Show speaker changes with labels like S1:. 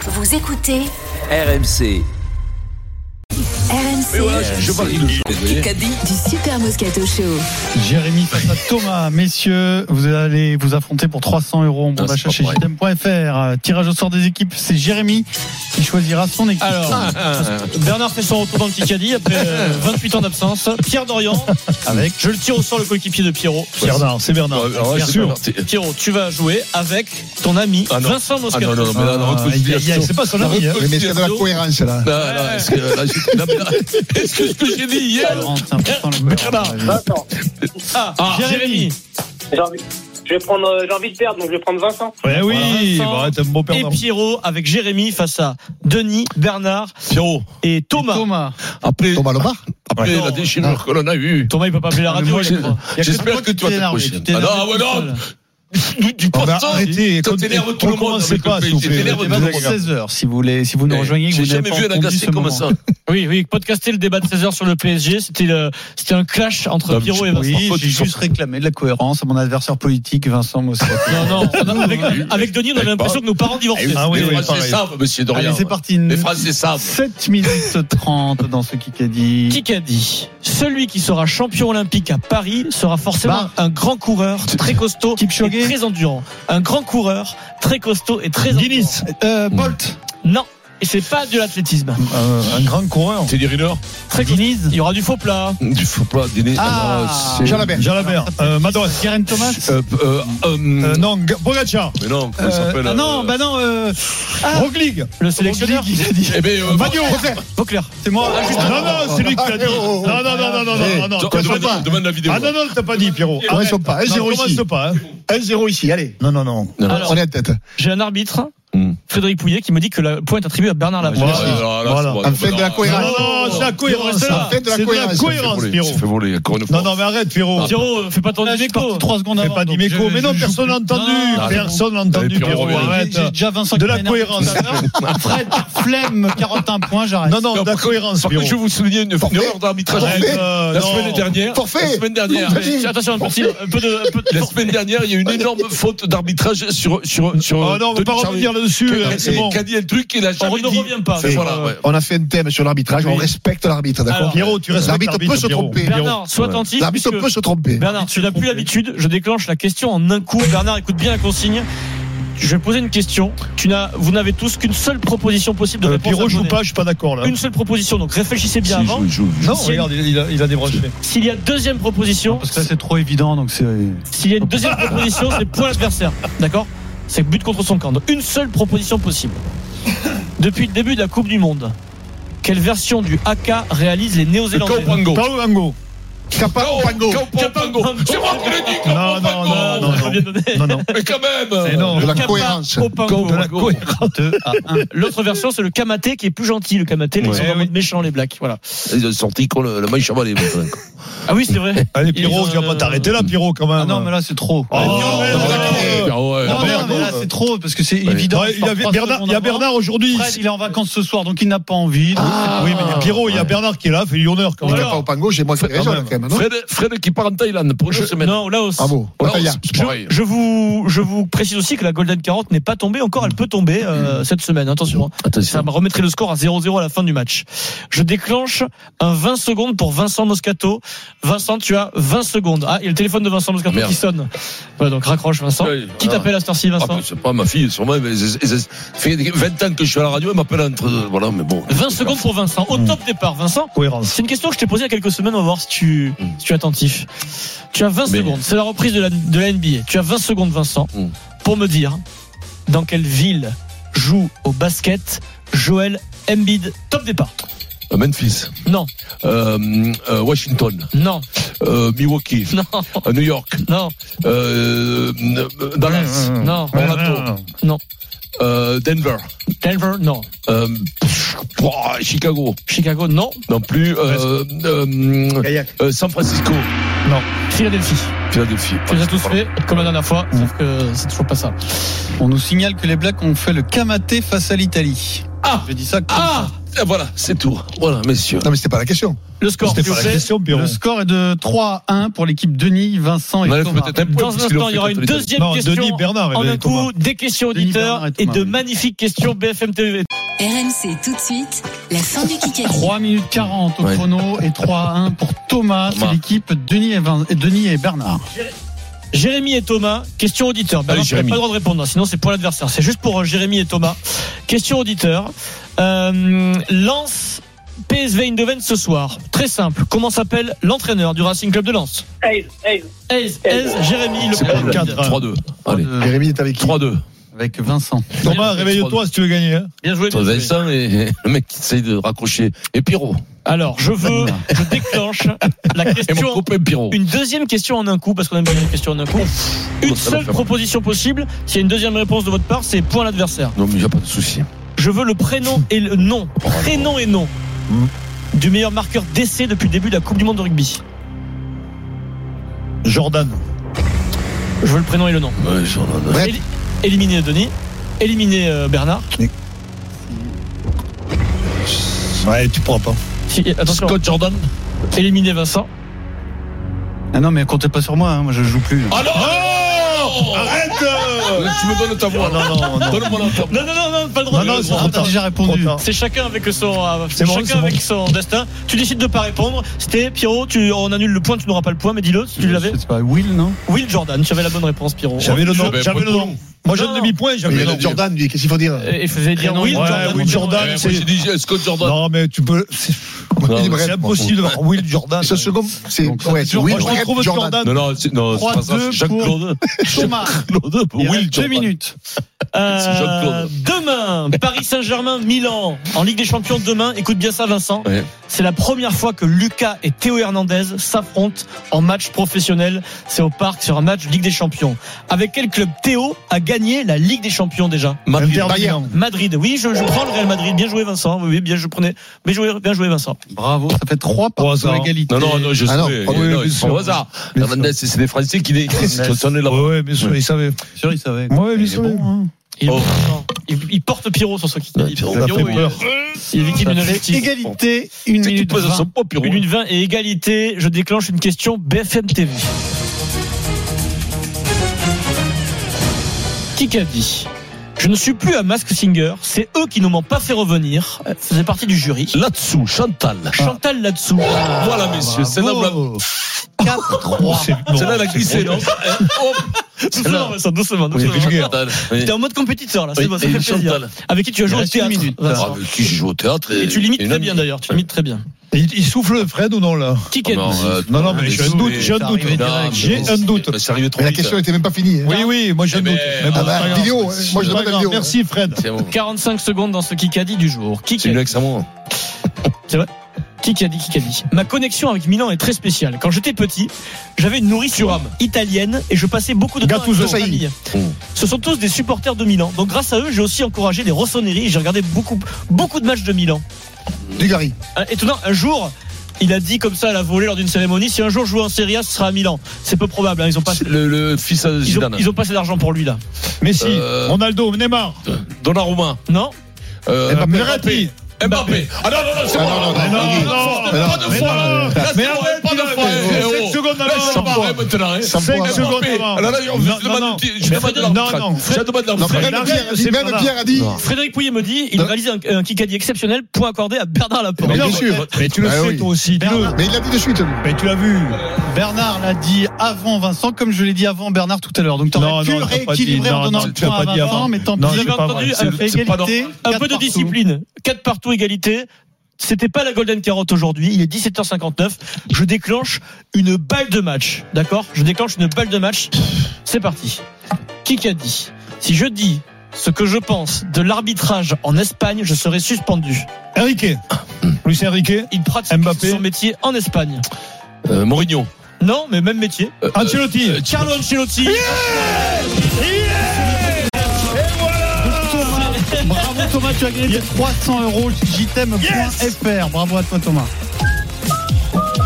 S1: Vous écoutez
S2: RMC.
S1: RMC. Kikadi du Super Moscato Show.
S3: Jérémy face à Thomas, messieurs, vous allez vous affronter pour 300 euros en bon d'achat chez JTM.fr. Euh, Tirage au sort des équipes, c'est Jérémy qui choisira son équipe. Ah,
S4: Alors, Bernard fait son retour dans le Kikadi après euh, 28 ans d'absence. Pierre Dorian,
S3: avec
S4: je le tire au sort le coéquipier de Pierrot.
S3: Pierre Dard, c'est Bernard.
S5: Alors,
S3: Bien
S5: Ah, c'est
S3: sûr.
S5: pas- c'est-
S4: Pierrot, tu vas jouer avec ton ami
S5: Ah non.
S4: Vincent
S5: Ah
S4: Moscato.
S5: non, non, non, mais là, non,
S3: Ah,
S5: faut-
S3: il- il- C'est pas son ami. hein.
S6: Oui, mais c'est de la cohérence là.
S5: Non, non, est-ce que là, j'ai- non, mais là, est-ce que ce que j'ai dit hier
S3: C'est important, le-
S4: Bernard.
S7: Vincent.
S4: Ah,
S5: Ah,
S4: Jérémy.
S7: J'ai envie, je vais prendre, euh, j'ai envie de perdre, donc je vais prendre Vincent.
S3: Ouais, oui,
S4: Vincent
S3: bah, t'es un bon
S4: Et
S3: perdant.
S4: Pierrot avec Jérémy face à Denis, Bernard
S5: Pierrot,
S4: et Thomas.
S3: Thomas.
S4: Thomas,
S5: après,
S6: Thomas Lemar
S5: après
S4: non.
S5: la déchirure que l'on a eue,
S4: il peut pas appeler la
S3: Ah, mais
S4: radio.
S3: moi,
S4: je
S5: j'ai-
S4: crois.
S3: Y a
S5: j'espère
S3: toi
S5: que
S3: qui
S5: toi
S3: t'es
S5: t'es
S3: énervé,
S5: prochain.
S3: tu t'es
S5: Ah non,
S3: énervé
S5: ouais,
S3: tout
S5: non.
S3: seul.
S5: du, du
S6: On va
S5: pourcent,
S6: arrêter.
S5: toi, t'énerves tout le monde
S3: Recommencez
S5: avec
S3: pas,
S5: le
S3: s'il vous
S5: pays,
S3: plaît.
S5: t'énerves
S3: Le
S5: tout le
S3: débat de
S5: monde.
S3: 16h, si vous voulez- si vous nous
S5: Eh,
S3: rejoignez, que
S5: J'ai
S3: vous n'avez
S5: jamais
S3: pas
S5: vu un
S3: entendu
S5: agacé
S3: ce
S5: comme
S3: moment.
S5: ça.
S4: Oui, oui, podcaster le débat de 16h sur le PSG. C'était le- c'était un clash entre
S5: Non, mais
S4: Pierrot
S5: je-
S4: et Vincent.
S3: Oui, j'ai juste réclamé de la cohérence à mon adversaire politique, Vincent Moscato.
S4: Non, non, on a- avec, avec Denis, on avait l'impression que nos parents divorçaient.
S3: Ah oui,
S5: Les
S3: oui,
S5: Français
S3: pareil.
S5: savent, monsieur Dorian.
S3: Allez, c'est parti.
S5: Les Français savent.
S3: 7 minutes 30 dans ce Kikadi.
S4: Qui qu'a dit Celui qui sera champion olympique à Paris sera forcément
S3: Bah.
S4: un grand coureur, très costaud et
S3: Kipchoge
S4: très endurant. Un grand coureur, très costaud et très
S3: Guinness. Euh, Bolt.
S4: endurant. Non, et c'est pas de l'athlétisme.
S3: Euh, un grand coureur.
S5: C'est des runners
S4: Très costaud.
S3: Guinness.
S4: Il y aura du faux plat.
S5: Il faut pas dîner.
S3: Ah,
S5: c'est-
S6: Jean Labert.
S3: Jean Labert. Euh, Madouas. Karen Thomas.
S5: Euh, euh, euh,
S3: Euh, non, G- Bogacar.
S5: Mais non, comment il
S3: Euh,
S5: s'appelle
S3: ah non,
S5: euh,
S3: bah non, euh, Roglic.
S4: Le sélectionneur
S3: Roglic, il a dit.
S5: Eh ben, euh,
S3: Vagnon.
S4: Vauclair.
S3: C'est moi. non, non, c'est lui qui l'a dit.
S6: Oh, oh, oh.
S3: Non, non, non, non, non, non, Ah, non,
S5: demande-
S3: t'as pas.
S5: demande- Demande la vidéo.
S3: Ah non, non, t'as pas dit, Pierrot.
S6: Ils sont pas. 1-0
S3: Non,
S6: ici.
S3: commence pas. hein.
S6: 1-0 ici, allez. Non, non, non.
S5: Non.
S4: Alors.
S6: On est à tête.
S4: J'ai un arbitre,
S5: Hmm.
S4: Frédéric Pouillet, qui me dit que la pointe est attribuée à Bernard
S5: Ouais,
S4: Laporte.
S3: Merci.
S5: alors là,
S3: Voilà.
S5: c'est bon,
S6: En
S5: c'est
S6: fait,
S5: bon,
S6: de la
S5: non,
S6: cohérence.
S3: Non, non, c'est la cohérence, là.
S6: C'est de la
S3: C'est de la
S6: cohérence.
S3: cohérence,
S5: Il
S3: Pierrot.
S5: s'est fait voler, encore une fois.
S3: Non, non, mais arrête, Pierrot.
S4: Pierrot, euh, fais pas ton
S3: Ah,
S4: écho.
S3: 3 secondes avant.
S8: pas
S3: donc
S8: d'Imeco.
S3: je-
S8: Mais non,
S3: je-
S8: personne n'a entendu.
S3: Non, non.
S8: Personne n'a
S5: Allez,
S8: entendu.
S5: Pierrot,
S8: Pierrot,
S5: reviens.
S8: arrête.
S3: J'ai déjà Vincent
S8: De la
S3: Canet-Nard.
S8: cohérence.
S3: Fred, flemme, 41 points, j'arrête.
S8: Non, non, de la cohérence,
S5: Par contre,
S8: Pierrot.
S5: je vais vous souligner une, une erreur d'arbitrage.
S8: Arrête, euh,
S5: La
S8: non.
S5: semaine dernière,
S6: Forfait.
S5: la semaine dernière,
S6: Forfait.
S4: Attention, un petit- un peu de. un peu de-
S5: la semaine dernière, il y a eu une énorme faute d'arbitrage sur sur sur.
S8: Oh non, on ne
S5: Denis
S8: peut pas
S5: Charvet.
S8: revenir là-dessus. euh, C'est
S5: Et
S8: bon.
S5: qui a dit un truc qu'il a
S4: On
S5: jamais
S4: ne
S5: dit.
S4: revient pas.
S5: C'est voilà,
S4: Euh,
S5: ouais.
S6: On a fait un thème sur l'arbitrage. On
S4: Oui.
S6: respecte l'arbitre,
S4: Alors,
S6: d'accord
S8: Pierrot, tu restes
S6: L'arbitre peut se tromper.
S4: Bernard, sois attentif.
S6: L'arbitre
S4: puisque-
S6: peut se tromper.
S4: Bernard, tu n'as plus l'habitude. Je déclenche la question en un coup. Bernard, écoute bien la consigne. Je vais poser une question. Tu n'as, vous n'avez tous qu'une seule proposition possible de
S8: Euh,
S4: réponse. à
S8: Pierrot joue
S4: donner.
S8: pas, je suis pas d'accord là.
S4: Une seule proposition. Donc réfléchissez bien
S5: Si,
S4: avant.
S5: joue, joue, joue.
S3: Non,
S4: Si-
S3: regarde, il a, il a débranché.
S4: S'il y a deuxième proposition,
S3: Parce que là, c'est trop évident, donc c'est.
S4: s'il y a une deuxième proposition, c'est pour l'adversaire. D'accord C'est but contre son camp. Donc une seule proposition possible. Depuis le début de la Coupe du Monde, quelle version du AK réalisent les
S5: Le
S4: Néo-Zélandais
S5: Kaupango.
S8: Parle Ango.
S6: Capa Pango.
S5: Kaupango. C'est moi qui l'ai dit.
S8: Non, non, non, non,
S4: Ça
S8: non.
S4: vient de-
S8: Non, non.
S5: Mais quand
S8: Mais
S5: même.
S8: non.
S6: De la
S4: Kappa
S6: cohérence.
S4: Opango.
S5: Kaupango.
S4: L'autre version, c'est le kamaté qui est plus gentil. Le kamaté, ils
S5: Ouais.
S4: sont
S8: Eh
S4: vraiment
S8: oui.
S4: méchants, les blacks. Voilà.
S5: Ils ont sorti quand le, le maillot chevalier. maintenant.
S4: Ah oui, c'est vrai.
S8: Allez,
S4: Ils
S8: Pierrot,
S4: ont,
S8: tu vas pas
S4: euh,
S8: t'arrêter là, Pierrot, quand même.
S3: Ah non, mais là, c'est trop.
S8: Oh,
S5: Ah,
S8: non,
S5: ouais.
S8: non.
S5: Ah, ouais.
S3: non,
S8: Bernard,
S3: mais là,
S8: non.
S3: c'est trop, parce que c'est évident.
S8: Ouais, il y a Bernard- il y a Bernard aujourd'hui. Ah.
S3: Fred, il est en vacances ce soir, donc il n'a pas envie. donc-
S8: Oui, mais il y a Pierrot, il y a Bernard qui est là, fais-lui honneur quand
S6: Mais
S8: même.
S6: Capa Pango, j'ai moins fait raison, là, quand même. non
S5: Fred, Fred qui part en Thaïlande pour une
S4: Je-
S5: semaine.
S4: non, Laos.
S6: Bravo.
S5: Alors,
S6: Bataille.
S5: c'est pareil.
S4: Je vous, je vous précise aussi que la Golden 40 n'est pas tombée encore. Elle peut tomber
S5: Mm.
S4: euh, cette semaine. Attention. hein. Ça
S5: Attention.
S4: me remettrait le score à 0-0 à la fin du match. Je déclenche un 20 secondes pour Vincent Moscato. Vincent, tu as 20 secondes. Ah, il y a le téléphone de Vincent Moscato
S5: Merde.
S4: qui sonne. Voilà, donc raccroche Vincent.
S5: Oui,
S4: Qui
S5: voilà.
S4: t'appelle à cette heure-ci,
S5: Ah,
S4: Vincent
S5: ben, c'est pas ma fille, sûrement. Mais c'est- c'est- c'est- fait 20 ans que je suis à la radio, elle m'appelle entre. euh, Voilà, mais bon.
S4: 20 secondes pour Vincent. Au top départ, Vincent.
S8: Mm. Cohérence.
S4: C'est une question que je t'ai posée il y a quelques semaines. On va voir si tu,
S5: Mm.
S4: si tu es attentif. Tu as 20
S5: Mais-
S4: secondes. C'est la reprise de la, de la NBA. Tu as 20 secondes, Vincent,
S5: Mm.
S4: pour me dire dans quelle ville joue au basket Joël Embiid. Top départ.
S5: Euh, Memphis.
S4: Non,
S5: Euh, euh, Washington.
S4: non,
S5: Euh, Milwaukee.
S4: non,
S5: Euh, New York.
S4: non,
S5: Euh, euh, Dallas.
S8: Mm.
S4: non.
S5: Orlando.
S4: Non.
S5: Euh, Denver.
S4: Denver, non.
S5: Euh, pff, ouah, Chicago.
S4: Chicago, non.
S5: Non plus. Euh, euh,
S6: Kayak.
S5: euh, San Francisco.
S4: Philadelphie.
S5: Philadelphie.
S4: Tu les as tous fait, comme la dernière fois,
S8: Mm.
S4: sauf que c'est toujours pas ça.
S3: On nous signale que les Blacks ont fait le kamaté face à l'Italie.
S5: Ah
S3: Je dis ça comme
S5: Ah Et Voilà, c'est tout. Voilà, messieurs.
S6: Non, mais c'était pas la question.
S4: Le score,
S8: C'était
S4: s'il
S8: pas
S4: vous
S8: la
S4: plaît.
S8: question,
S3: ça.
S8: Pierrot.
S3: Le score est de 3 à 1 pour l'équipe Denis, Vincent et
S5: On enlève
S3: Thomas.
S5: peut-être un point,
S4: Dans un
S5: puisqu'il
S4: instant,
S5: offre
S4: il y aura une
S5: les Tolentino.
S4: deuxième
S8: Non,
S4: question.
S8: Denis Bernard.
S4: En
S8: et
S4: un
S8: Ah, Thomas.
S4: coup, des questions
S3: Denis
S4: auditeurs
S3: Bernard et
S4: et
S3: Thomas,
S4: de
S3: oui.
S4: magnifiques questions BFM TV.
S1: RMC tout de suite, la fin du Kikadi.
S3: 3 minutes 40 au
S5: Ouais.
S3: chrono et 3 à 1 pour Thomas. C'est
S5: Thomas.
S3: l'équipe Denis et, Vin- et Denis et Bernard.
S4: Jérémy et Thomas, question auditeur.
S8: Ah
S4: Ben
S5: Allez,
S4: alors, t'as pas
S5: Jérémy.
S4: le droit de répondre, sinon c'est pour l'adversaire. C'est juste pour euh, Jérémy et Thomas. Question auditeur. Euh, Lance PSV Eindhoven ce soir. Très simple. Comment s'appelle l'entraîneur du Racing Club de Lens
S7: Aïe, aïe.
S4: Aise, Aise, Jérémy, le
S5: C'est pas le
S4: premier.
S5: 4. 3-2. Allez.
S4: Ah.
S3: Euh,
S6: Jérémy est avec qui
S5: 3-2.
S3: Avec Vincent.
S8: Thomas, réveille-toi si tu veux gagner. hein.
S4: Bien joué,
S5: Entre
S4: bien joué.
S5: Vincent et le mec qui essaye de raccrocher. Et Pierrot.
S8: Ah,
S4: Alors, je veux, je déclenche la
S5: Et mon
S4: question.
S5: copain Pierrot.
S4: Une deuxième question en un coup, parce qu'on aime bien les questions en un coup.
S8: Oh,
S4: Une seule proposition possible. S'il y a une deuxième réponse de votre part, c'est point à l'adversaire.
S5: Non, mais il n'y a pas de souci.
S4: Je veux le prénom et le nom.
S8: Oh,
S4: Prénom et nom.
S8: Hmm.
S4: Du meilleur marqueur d'essai depuis le début de la Coupe du Monde de rugby.
S8: Jordan.
S4: Je veux le prénom et le nom.
S5: Ouais, j'en ai-
S6: Brett.
S4: Éli- Éliminer Denis. Éliminer euh, Bernard.
S8: Ouais, tu pourras pas.
S4: Si- attention.
S5: Scott Jordan.
S4: Éliminer Vincent.
S3: Ah non, mais comptez pas sur moi, hein, moi je joue plus.
S5: Ah non
S8: Oh Arrête euh
S5: Là, Ah Tu me donnes ta voix.
S8: Non, non, non, non.
S5: Donne-moi la ta voix.
S4: Non, non, non, non, pas le droit.
S8: Non, non,
S4: de-
S8: c'est
S3: Ah, t'as déjà répondu.
S8: Trop tard.
S4: C'est chacun avec son, euh,
S8: C'est bon, c'est
S4: chacun
S8: bon.
S4: avec son destin. Tu décides de pas répondre. C'était Pierrot, tu, on annule le point, tu n'auras pas le point, mais dis-le si tu l'avais.
S3: Je sais pas, Will, non
S4: Will Jordan, tu avais la bonne réponse, Pierrot.
S8: J'avais le nom.
S5: J'avais
S8: J'avais le
S5: pas de
S8: nom. Moi, j'ai
S4: Non.
S8: un demi-point.
S6: Mais
S8: J'avais
S6: il
S8: le
S6: y a
S8: nom.
S6: le Jordan, lui, qu'est-ce qu'il faut dire
S4: Et faisait dire
S8: Prénom,
S4: Will
S8: ouais,
S4: Jordan.
S8: Will Jordan.
S5: Eh, Moi, j'ai dit euh, Scott Jordan.
S8: Non, mais tu peux. C'est
S5: Non,
S6: Il est
S5: mais
S6: Brett,
S8: c'est
S6: moi.
S8: impossible d'avoir Will Jordan.
S6: Ce second, c'est
S3: Donc,
S6: ouais,
S8: Je
S6: oui, Brett,
S8: retrouve
S6: Jordan.
S8: Jordan.
S5: Non, non, c'est non, c'est pas ça.
S3: 3-2
S5: c'est Jacques-Claude.
S3: Thomas.
S5: Jacques-Claude.
S3: Il
S5: Will
S3: reste deux
S5: Jordan.
S3: minutes.
S4: Euh,
S5: C'est Jean-Claude.
S4: demain, Paris Saint-Germain, Milan, en Ligue des Champions demain. Écoute bien ça, Vincent.
S5: Ouais.
S4: C'est la première fois que Lucas et Théo Hernandez s'affrontent en match professionnel. C'est au parc sur un match Ligue des Champions. Avec quel club Théo a gagné la Ligue des Champions déjà
S5: Madrid.
S6: Bayern.
S4: Madrid. Oui, je, je prends le Real Madrid. Bien joué, Vincent. Oui, oui, bien, je prenais. Bien joué, bien joué, Vincent.
S3: Bravo, ça fait 3
S8: Au
S3: partout
S8: hasard.
S3: à égalité.
S5: Non, non, non, je
S6: Ah non,
S5: savais.
S6: oui, oui,
S5: Non,
S6: bien
S5: ils sont
S6: sûr.
S5: au hasard.
S6: Bien
S5: Hernandez, c'est des Français qui les- qui sont sonnés là-bas.
S8: Ouais, ouais, bien sûr, il savait.
S3: Sûr, il
S8: Ouais,
S3: savait.
S8: bien
S5: Il est
S8: sûr.
S3: Bon, hein.
S4: Il,
S5: Oh.
S4: il- il porte Pierrot sur ce qui
S5: Ouais,
S4: il-
S5: Pierrot,
S8: Ça fait
S4: Pierrot,
S8: peur.
S4: il- il est victime d'une
S3: Fait
S4: injustice.
S3: Égalité, 1
S5: C'est qui
S3: minute
S5: pose à
S3: 20.
S5: son pot, Pierrot.
S4: 1 minute 20 et égalité. Je déclenche une question BFM TV. Qui qu'a dit Je ne suis plus à Mask Singer. C'est eux qui ne m'ont pas fait revenir. Elle faisait partie du jury.
S5: Là-dessous,
S8: Ah,
S5: Chantal.
S4: Chantal là-dessous.
S5: Voilà, messieurs, c'est là où la-
S3: Bravo.
S4: 4-3.
S8: C'est- non,
S5: celle-là, elle a glissé, non Eh, hop,
S4: Doucement, Vincent, doucement,
S5: Oui,
S4: doucement.
S5: Chantal. Oui.
S4: T'es en mode compétiteur là, c'est
S5: Oui,
S4: bon, ça
S5: et
S4: fait plaisir.
S5: Chantal.
S4: Avec qui tu as joué au
S3: reste une
S4: théâtre
S3: minute.
S4: Vincent.
S5: Ah, mais qui joue au théâtre
S4: Et Ah, tu limites
S5: une
S4: très
S5: amie.
S4: bien d'ailleurs, tu limites très bien.
S8: Il, il souffle Fred ou non là
S4: Qui qu'a
S5: Non,
S4: dit
S5: euh,
S8: Non, non, mais j'ai un doute, j'ai un
S3: C'est
S8: doute.
S3: arrivé direct.
S8: J'ai
S5: mais-
S8: un doute.
S5: mais C'est arrivé trop
S6: Mais la
S5: vite.
S6: question n'était même pas finie. hein.
S8: Oui, oui, moi j'ai un
S5: Eh
S8: doute.
S5: ben,
S8: Mais bon,
S6: Ah
S5: c'est
S8: pas
S6: bah,
S8: grave.
S6: vidéo, hein. moi je
S8: C'est
S6: demande
S8: pas
S6: la
S8: grave,
S6: vidéo.
S8: Merci Fred.
S5: C'est bon.
S4: 45 secondes dans ce Kikadi du jour. Qui
S5: C'est
S4: qu'a
S5: une ex à moi.
S4: Kikadi, Kikadi. Ma connexion avec Milan est très spéciale. Quand j'étais petit, j'avais une nourrice italienne et je passais beaucoup de temps avec
S6: Gattuso.
S4: leur famille.
S5: Mmh.
S4: Ce sont tous des supporters de Milan. Donc grâce à eux, j'ai aussi encouragé les Rossoneri et j'ai regardé beaucoup, beaucoup de matchs de Milan.
S6: Dugarry.
S4: Ah, Étonnant, un jour, il a dit comme ça à la volée lors d'une cérémonie, si un jour je joue en Serie A, ce sera à Milan. C'est peu probable, hein, ils ont pas...
S5: Le, le fils à
S4: Ils ont,
S5: Zidane.
S4: ils ont pas assez d'argent pour lui là.
S8: Messi,
S5: Euh,
S8: Ronaldo, Neymar,
S5: Donnarumma.
S4: Non
S5: Euh,
S6: Mbappé.
S5: Verratti. Mbappé. Ah non, non, non, c'est
S6: Ah
S5: bon.
S6: non, non, non,
S5: Ah
S8: non,
S5: pas
S6: non,
S5: de fois, là.
S8: non,
S5: Là, c'est
S8: mais
S5: bon,
S8: arrête,
S5: pas de
S8: arrête,
S5: fois,
S8: arrête,
S5: eh,
S8: sept
S5: oh.
S8: secondes
S5: Là,
S8: avant,
S5: ça
S8: sans
S5: va,
S8: point.
S5: ouais, maintenant, hein.
S6: 5
S8: Cinq
S6: points.
S8: secondes.
S5: Mbappé.
S8: avant.
S5: Ah là, là, je
S8: Non,
S5: demande-
S8: non,
S5: je
S8: non. Non,
S5: demande de l'arbitrage.
S8: non, Fred-
S5: Je demande de
S6: Non,
S5: l'arbitrage.
S6: même
S8: Fred-
S6: Pierre,
S8: c'est
S6: même
S8: Bernard.
S6: Pierre a dit.
S4: Frédéric Pouillet me dit, il
S6: Non.
S4: réalise un, un Kikadi exceptionnel, point accordé à Bernard Laporte.
S8: Mais
S6: bien
S8: non,
S6: sûr.
S8: Mais tu le
S6: Ah
S8: sais
S6: oui.
S8: toi aussi. dis-le.
S6: Mais il l'a dit de suite. lui.
S8: Mais tu l'as vu.
S3: Bernard l'a dit avant Vincent, comme je l'ai dit avant Bernard tout à l'heure. Donc
S8: Non,
S3: t'aurais pu
S8: non, t'as pas
S3: rééquilibrer
S8: dit-
S3: en
S8: non,
S3: donnant
S8: non,
S3: le
S8: tu as
S3: point
S8: pas
S3: à
S8: dit
S3: Vincent,
S8: avant.
S3: mais tant pis.
S8: Non,
S4: Vous
S8: c'est
S4: avez
S8: pas vrai.
S4: entendu,
S8: C'est-
S4: un-
S5: c'est pas
S4: égalité,
S5: normal.
S4: un
S3: Quatre
S4: peu de
S3: partout.
S4: discipline. 4 partout égalité. C'était pas la Golden Carotte aujourd'hui. Il est 17h59. Je déclenche une balle de match. D'accord Je déclenche une balle de match. C'est parti. Qui qu'a dit Si je dis ce que je pense de l'arbitrage en Espagne, je serai suspendu.
S8: Enrique. Luis Enrique.
S4: Il pratique
S8: Mbappé.
S4: son métier en Espagne.
S5: Euh, Mourinho.
S4: Non, mais même métier.
S5: Euh,
S8: Ancelotti.
S4: Carlo Ancelotti.
S3: Bravo Thomas, tu as gagné 300 euros JTM.fr. Bravo à toi Thomas.